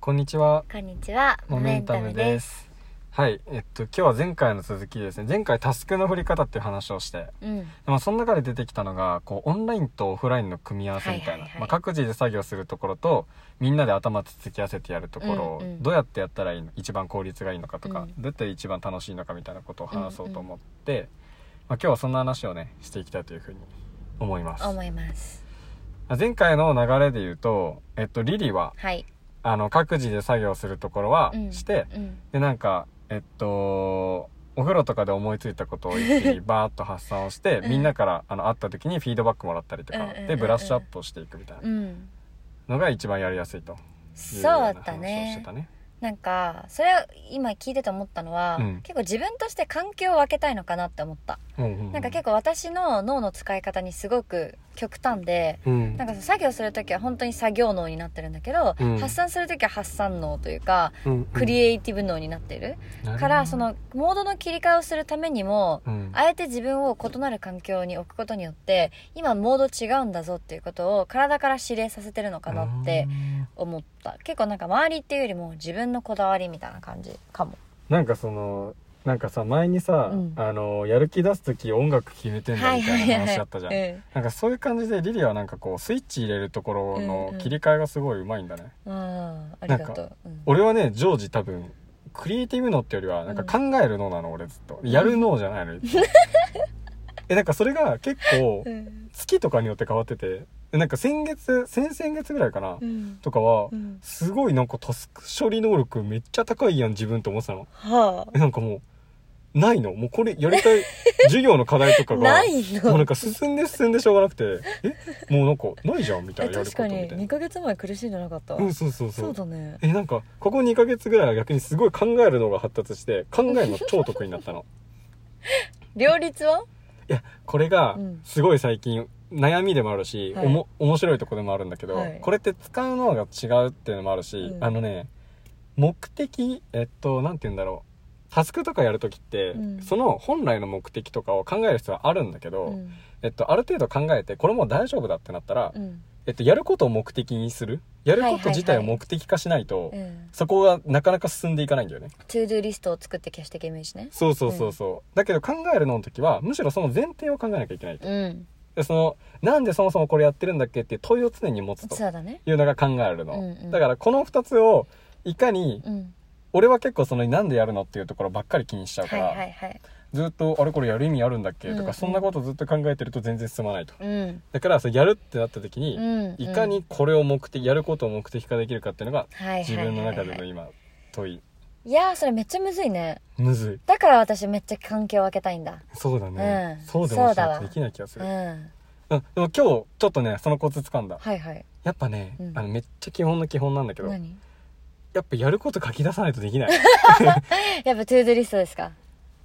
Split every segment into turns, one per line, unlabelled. こんにちは。
こんにちは、
モ
モ
メ
メ
ン
ン
タ
タ
ム
ム
で
です。
す。はい、えっと今日は前回の続きですね。前回タスクの振り方っていう話をして、
うん、
まあその中で出てきたのがこうオンラインとオフラインの組み合わせみたいな、
はいはいはい
まあ各自で作業するところとみんなで頭つつき合わせてやるところを、
うんうん
どうやってやったらいいの、一番効率がいいのかとか、
うん
どうやったら一番楽しいのかみたいなことを話そうと思って、まあ今日はそんな話をねしていきたいというふうに思います。
思います。
まあ前回の流れで言うと、えっとリリは
はい。
あの各自で作業するところは
うん
して。
うん、
でなんかえっとお風呂とかで思いついたことを一 気にバーッと発散をして、
うん
みんなからあの会った時にフィードバックもらったりとか、
うんうんうんうん
でブラッシュアップをしていくみたいな
うん、
のが一番やりやすいという
そう
ような話
だっ
を
た
して
ね
た。ね。
なんか、それを今聞いてて思ったのは、
うん
結構自分として環境を分けたいのかなって思った。なんか結構私の脳の使い方にすごく極端で。
構、うん
なんかそう作業する時は本当に作業脳になってるんだけど、
うん
発散する時は発散脳というか、クリ
エ
エイティブ脳になってる、
なるほど
からそのモードの切り替えをするためにも
うん
あえて自分を異なる環境に置くことによって今モード違うんだぞっていうことを体から指令させてるのかなって思った結構なんか周りっていうよりも自分のこだわりみたいな感じかも
なんかそのなんかさ前にさ、
うん
あのやる気出す時音楽決めてんだみたいな話あったじゃん、
うん
なんかそういう感じでリリはなんかこうスイッチ入れるところの切り替えがすごいうまいんだね、
うんありがとううん
俺はね常時多分クリエイティブ脳ってよりはなんか考える脳なの俺ずっとやる脳じゃない の、いつもえなんかそれが結構
うん
月とかによって変わっててでなんか先月先々月ぐらいかな、
うん
とかは、
うん
すごいなんかタスク処理能力めっちゃ高いやん自分と思ってたの
は
えなんかもうないのもうこれやり たい授業の課題と
あ
かが
ない
もうな
の
んか進んで進んでしょうがなくてえもうなんかないじゃんみたい
え
なやる
確
こと
か
み
に
たいな
2ヶ月前苦しんでなかった
うんそうそうそう
そうだね
えなんかここ2ヶ月ぐらいは逆にすごい考えるのが発達して考えるの超得意にな ったの
両立はい
やこれが
うん
すごい最近悩みでもあるし、
はい
おも面白いとこでもあるんだけど、
はい
これって使うのが違うっていうのもあるし、
うん
あのね目的えっとなんて言うんだろうタスクとかやるときって、
うん
その本来の目的とかを考える必要はあるんだけど、
うん
えっと、ある程度考えてこれもう大丈夫だってなったら、
うん
えっと、やることを目的にするやる
はい
こ
はい
と
はい
自体を目的化しないと、
うん
そこがなかなか進んでいかないんだよね
トゥードゥーリストを作って消していけばいいしね
そうそうそうそう、だけど考えるのの時はむしろその前提を考えなきゃいけないと
うん
でそのなんでそもそもこれやってるんだっけっていう問いを常に持つと
そうだね
いうのが考えるの、
うんうん
だからこの2つをいかに
うん
俺は結構そのなんでやるのっていうところばっかり気にしちゃうか
はい
ら、
はいはい
ずっとあれこれやる意味あるんだっけとか、
うんうん
そんなことずっと考えてると全然進まないと
うん
だからそのやるってなった時に、
うん
いかにこれを目的やることを目的化できるかっていうのが自分の中での
い
今問い
いやーそれめっちゃむずいね
むずい
だから私めっちゃ環境を開けたいんだ
そうだね、
うん
そうでもし
そうだ
な
わ
くてできない気がす
うん
る、う
は
ん、でも今日ちょっとねそのコツ掴んだ
いはい
やっぱね、
うん
あのめっちゃ基本の基本なんだけど
何
やっぱやること書き出さないとできない
やっぱトゥードゥリストですか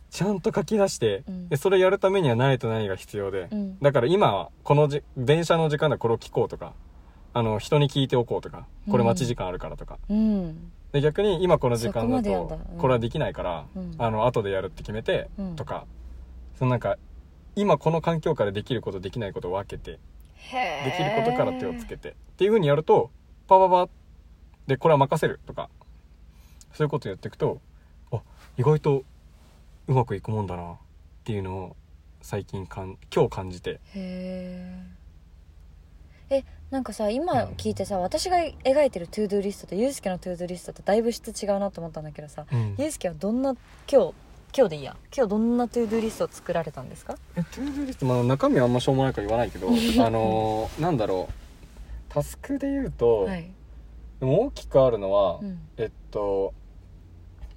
ちゃんと書き出して、
うん
でそれやるためには何と何が必要で、
うん
だから今はこのじ電車の時間でこれを聞こうとかあの人に聞いておこうとかこれ待ち時間あるからとか、
うん
で逆に今この時間
そこ
だ
までやんだ
と
うん
これはできないから、
うん
あの後でやるって決めて
うん
とか、そのなんか今この環境下でできることできないことを分けて
へ
できることから手をつけ
て
て、っていうふうにやるとパパパでこれは任せるとかそういうことやっていくとあ意外とうまくいくもんだなっていうのを最近かん今日感じて
へええなんかさ今聞いてさ私が描いてるトゥードゥリストとユうスケのトゥードゥリストってだいぶ質違うなと思ったんだけどさ
うん
ユうスケはどんな今日今日でいいや今日どんなトゥードゥリストを作られたんですか
えトゥードゥーリスト、まあ、中身はあんましょうもないから言わないけどあのーなんだろうタスクで言うと、
はい
でも大きくあるのは、
うん
えっと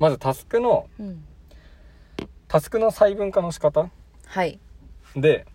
まずタスクの
うん
タスクの細分化の仕方
はい
で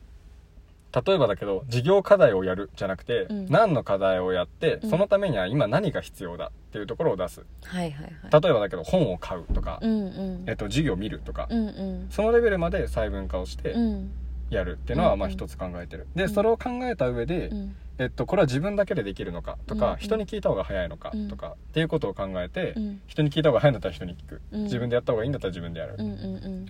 例えばだけど事業課題をやるじゃなくて、
うん
何の課題をやって
うん
そのためには今何が必要だっていうところを出す、
はいはいはい
例えばだけど本を買うとか、
うんうん
えっと、授業見るとか、
うんうん
そのレベルまで細分化をして
うん
やるっていうのは
うん
まあ一つ考えてる、で
うん
それを考えた上で、
うん
えっと、これは自分だけでできるのかとか、
うん
人に聞いた方が早いのか
うん
とか、っていうことを考えて、
うん
人に聞いた方が早いんだったら人に聞く、
うん
自分でやった方がいいんだったら自分でやる、
うんうん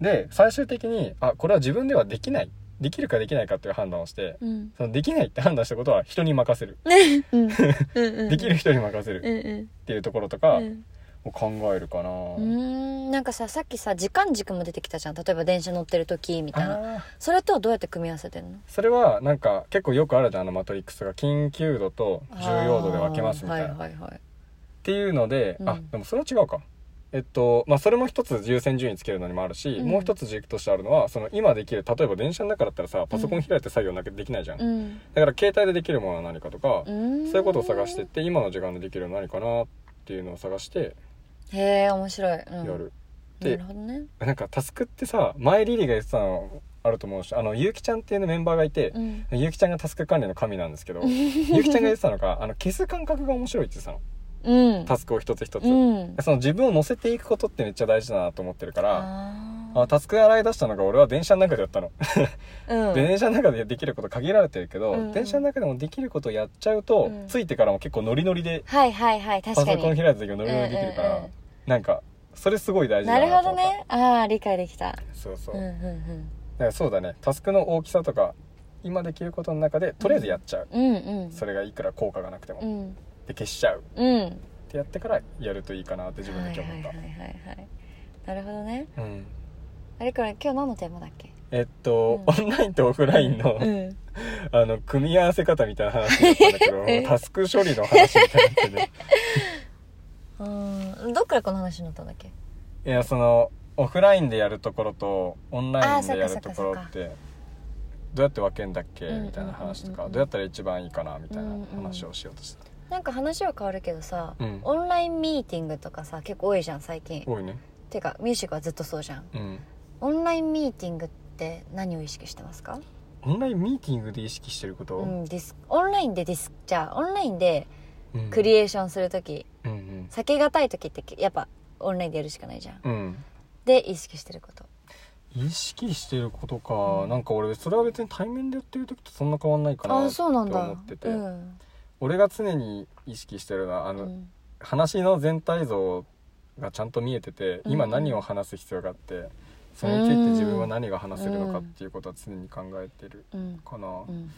で最終的にあこれは自分ではできないっできるかできないかっていう判断をして
うん
そのできないって判断したことは人に任せる
うんうんうん
できる人に任せる
うんうん
っていうところとか
うん
を考えるかな、
うーんなんかささっきさ時間軸も出てきたじゃん例えば電車乗ってる時みたいな
あー
それとどうやって組み合わせてんの
それはなんか結構よくあるじゃんあのマトリックスが緊急度と重要度で分けますみたいな、
あーはいはいはい
っていうので、
うん
あでもそれは違うかえっとまあそれも一つ優先順位つけるのにもあるし、
うん
もう一つ軸としてあるのはその今できる例えば電車の中だったらさパソコン開いて作業なきゃできないじゃん、だ
うん
から携帯でできるものは何かとか、
うん
そういうことを探してって今の時間でできるのは何かなっていうのを探して
へえ面白い、うん、
やる、
な
で
るほどね
なんかタスクってさ前リリーが言ってたのあると思うしあのゆうきちゃんっていうメンバーがいて、
うん
ゆうきちゃんがタスク管理の神なんですけどゆうきちゃんが言ってたのがあの消す感覚が面白いって言ってたの
うん
タスクを一つ一つ、
うん
その自分を乗せていくことってめっちゃ大事だなと思ってるから
あ
あタスク洗い出したのが俺は電車の中でやったの、
ーうん
電車の中でできること限られてるけど、
うん
電車の中でもできることやっちゃうと、
うん
ついてからも結構ノリノリで
はいはいはい確
パ
か
ソ
に
コン開いた時もノリノリできるから、
うんうんうん
なんかそれすごい大事
な
だ
る
な
ほ
と
ど
思った
ねああ理解できた
そうそうう、
ん
だ
うん
からそうだねタスクの大きさとか今できることの中でとりあえずやっちゃう、
うんうんうん
それがいくら効果がなくても、
うん
で消しちゃう
うん
ってやってからやるといいかなって自分で今日思った、
はいはいはいはいはいなるほどね
うん
あれこれ今日何のテーマだっけ
えっと、
う
オンラインとオフラインの、
うん
あの、組み合わせ方みたいな話だったんだけ
え
ど、タスク処理の話みたいになってね。
うんどっからこの話になったんだっけ
いや、その、オフラインでやるところと、オンラインでやるところ
あーそっかそっ
っ
か
て、どうやって分けんだっけ
うん
みたいな話と
うんうん
か、
うんうん
どうやったら一番いいかなみたいな話をしようとした。
なんか話は変わるけどさ、
うん
オンラインミーティングとかさ結構多いじゃん最近
多いね。
ていうかミュージックはずっとそうじゃん
うん。
オンラインミーティングって何を意識してますか、
オンラインミーティングで意識してるこ
う
と
ん、ディスオンラインでディスじゃあオンラインで
うん
クリエーションする時、
うんうん。
避けがたい時ってやっぱオンラインでやるしかないじゃん
うん。
で意識してること
意識してること
う
か、
ん
なんか俺、それは別に対面でやってる時とそんな変わんないか
あ
な
あ
って
そうなんだ
思ってて
う、ん
俺が常に意識してるのは、あ
う
の、
ん
話の全体像がちゃんと見えてて、
うん
今何を話す必要があってそれについて自分は何が話せるのかっていうことは常に考えてる
うん
かな、
うん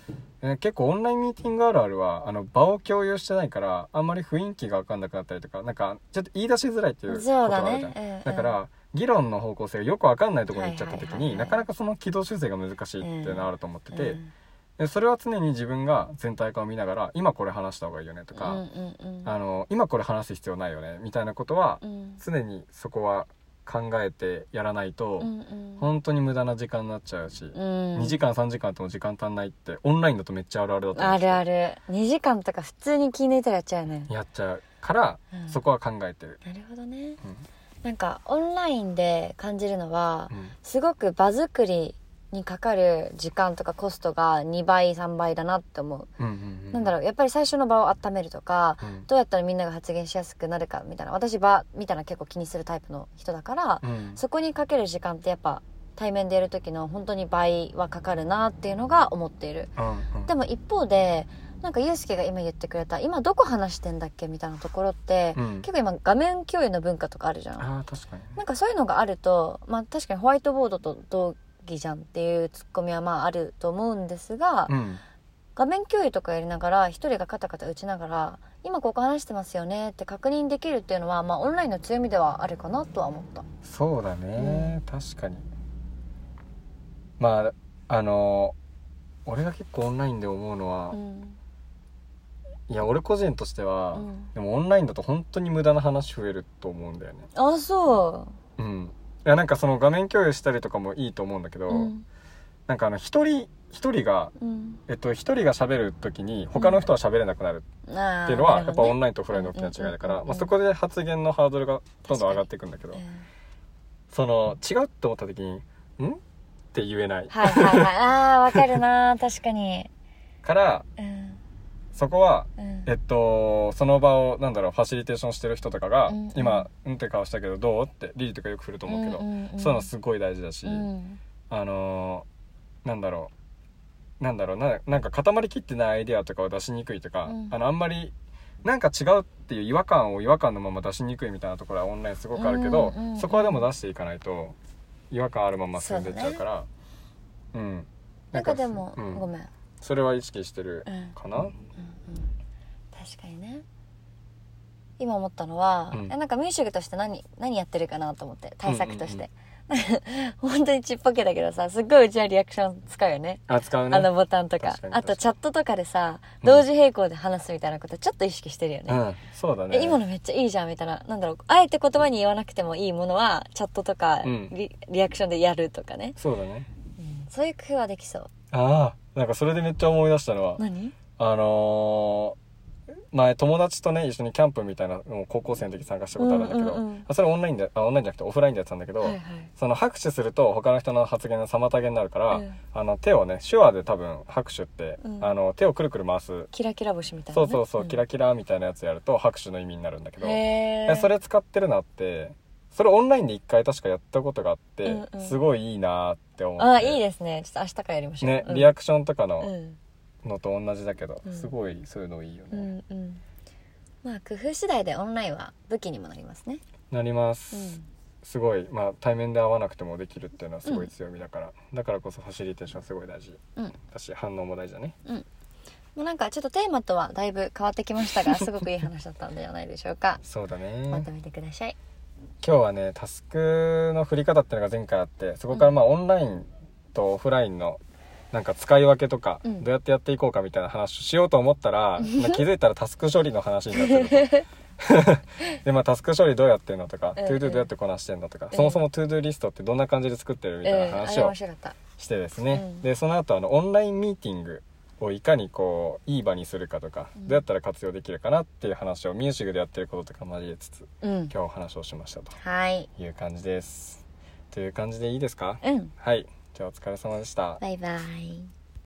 え結構オンラインミーティングあるあるはあの場を共有してないからあんまり雰囲気が分かんなくなったりとかなんかちょっと言い出しづらいっていうこと
そうだ
があるじゃんだ,、
ね
か、ら議論の方向性がよく分かんないところに行っちゃった時に、
はいはいはいはい
なかなかその軌道修正が難しいっていうのはあると思って
うん
て、でそれは常に自分が全体化を見ながら今これ話した方がいいよねとか、
うんうんうんうん
あの今これ話す必要ないよねみたいなことは
うん
常にそこは考えてやらないと
うんうん
本当に無駄な時間になっちゃうし、
うん
2時間3時間あっても時間足んないってオンラインだとめっちゃあるあるだと思う
あ
んです
る
よ
ある2時間とか普通に気抜いたらやっちゃうよね
やっちゃうから、
うん
そこは考えてる、
なるほどね
うん
なんかオンラインで感じるのは
うん
すごく場作りにかかる時間とかコストが2倍3倍だなって思
うん
う、
うん
なんだろ
う
うやっぱり最初の場を温めるとか
うん
どうやったらみんなが発言しやすくなるかみたいな私場みたいな結構気にするタイプの人だから、
うん
そこにかける時間ってやっぱ対面でやる時の本当に倍はかかるなっていうのが思っている
うんうん
でも一方でなんかゆうすけが今言ってくれた今どこ話してんだっけみたいなところって、
うん
結構今画面共有の文化とかあるじゃん
あー確かにね
なんかそういうのがあるとまあ確かにホワイトボードと同義じゃんっていうツッコミはまああると思うんですが、
うん
画面共有とかやりながら一人がカタカタ打ちながら今ここ話してますよねって確認できるっていうのはまあオンラインの強みではあるかなとは思った
そうだね、確かにまああの俺が結構オンラインで思うのは、
うん
いや俺個人としては、
うん
でもオンラインだと本当に無駄な話増えると思うんだよね
あそ
うんいやなんかその画面共有したりとかもいいと思うんだけ
う
ど、
うん
なんかあの一人一人が
うん
えっと一人が喋る時に他の人は喋れなくなる
あー
っていうのは、
な
や
る
っぱ
ほ
オ
ど
ン
ね
ラインとオフラインの大きな違いだから、
うんうんうんうん
まあ、そこで発言のハードルがどんどん上がっていくんだけど
うん
その違うって思った時に「ん?」って言えない
はいはいはいああわかるなー確かに
から
うん
そこは
うん
えっと、その場をなんだろうファシリテーションしてる人とかが「
うんうん
今うんって顔したけどどう?」ってリリーとかよく振ると思うけど、
んんん
そういうのすごい大事だし、
うん
あのーなんだろうなんだろうななんか固まりきってないアイデアとかを出しにくいとか、
うん
あのあんまりなんか違うっていう違和感を違和感のまま出しにくいみたいなところはオンラインすごくあるけど、
うんうんうん
そこはでも出していかないと違和感あるまま進んでっちゃうからう,、ん
なんかでも、
うん
ごめん、うん
それは意識してる
うんうん、
かな
確かにね今思ったのは、
うん
えなんかミュージックとして何何やってるかなと思って対策として、 本当にちっぽけだけどさすっごいうちはリアクション使うよね
あ使うね
あのボタンとか
確かに
あ
確かに
とチャットとかでさ
うん
同時並行で話すみたいなことちょっと意識してるよね、
うんそうだね
え今のめっちゃいいじゃんみたいななんだろうあえて言葉に言わなくてもいいものはチャットとか
うん
リ,、リアクションでやるとかね、
そうだね
そういう工夫はできそう
ああなんかそれでめっちゃ思い出したのは
何
あのー前友達とね一緒にキャンプみたいなのを高校生の時参加したことあるんだけど、
うんうんうん
あそれオンラインであオンラインじゃなくてオフラインでやってたんだけど、
はいはい
その拍手すると他の人の発言の妨げになるから、
うん
あの手をね手話で多分拍手って、
うん
あの手をくるくる回す、
キラキラ星みたいな
そ
ね、
うそうそう、キラキラみたいなやつやると拍手の意味になるんだけど、え
へー
それ使ってるなってそれオンラインで一回確かやったことがあって、
うんうん
すごいいいなって思って
あいいですねちょっと明日からやりましょう
ね、
うん
リアクションとかの、
うん
のと同じだけど、
うん
すごいそういうのいいよね、
うんうんまあ工夫次第でオンラインは武器にもなりますね
なります、
うん
すごい、まあ、対面で会わなくてもできるっていうのはすごい強みだから、だからこそファシリテーションすごい大事
うん
だし反応も大事だね
もうなんかちょっとテーマとはだいぶ変わってきました がすごくいい話だったんではないでしょうか
そうだ
ま
ね
とめてください
今日はねタスクの振り方っていうのが前回あってそこからまあオンラインとオフラインのなんか使い分けとか、
うん
どうやってやっていこうかみたいな話をしようと思った ら、まあ気づいたらタスク処理の話になってる でまあタスク処理どうやってんのとか、
うんうん
トゥードゥどうやってこなしてんのとか、
うん
そもそもトゥードゥリストってどんな感じで作ってるみたいな
うんあ
話
れ
を
面白かった
してですね、
うん
でその後あのオンラインミーティングをいかにこういい場にするかとか、
うん
どうやったら活用できるかなっていう話をミュージックでやってることとか交えつつ
うん
今日お話をしましたと
はい
いう感じですという感じでいいですか
うん
はいじゃあお疲れ様でした
バイバイ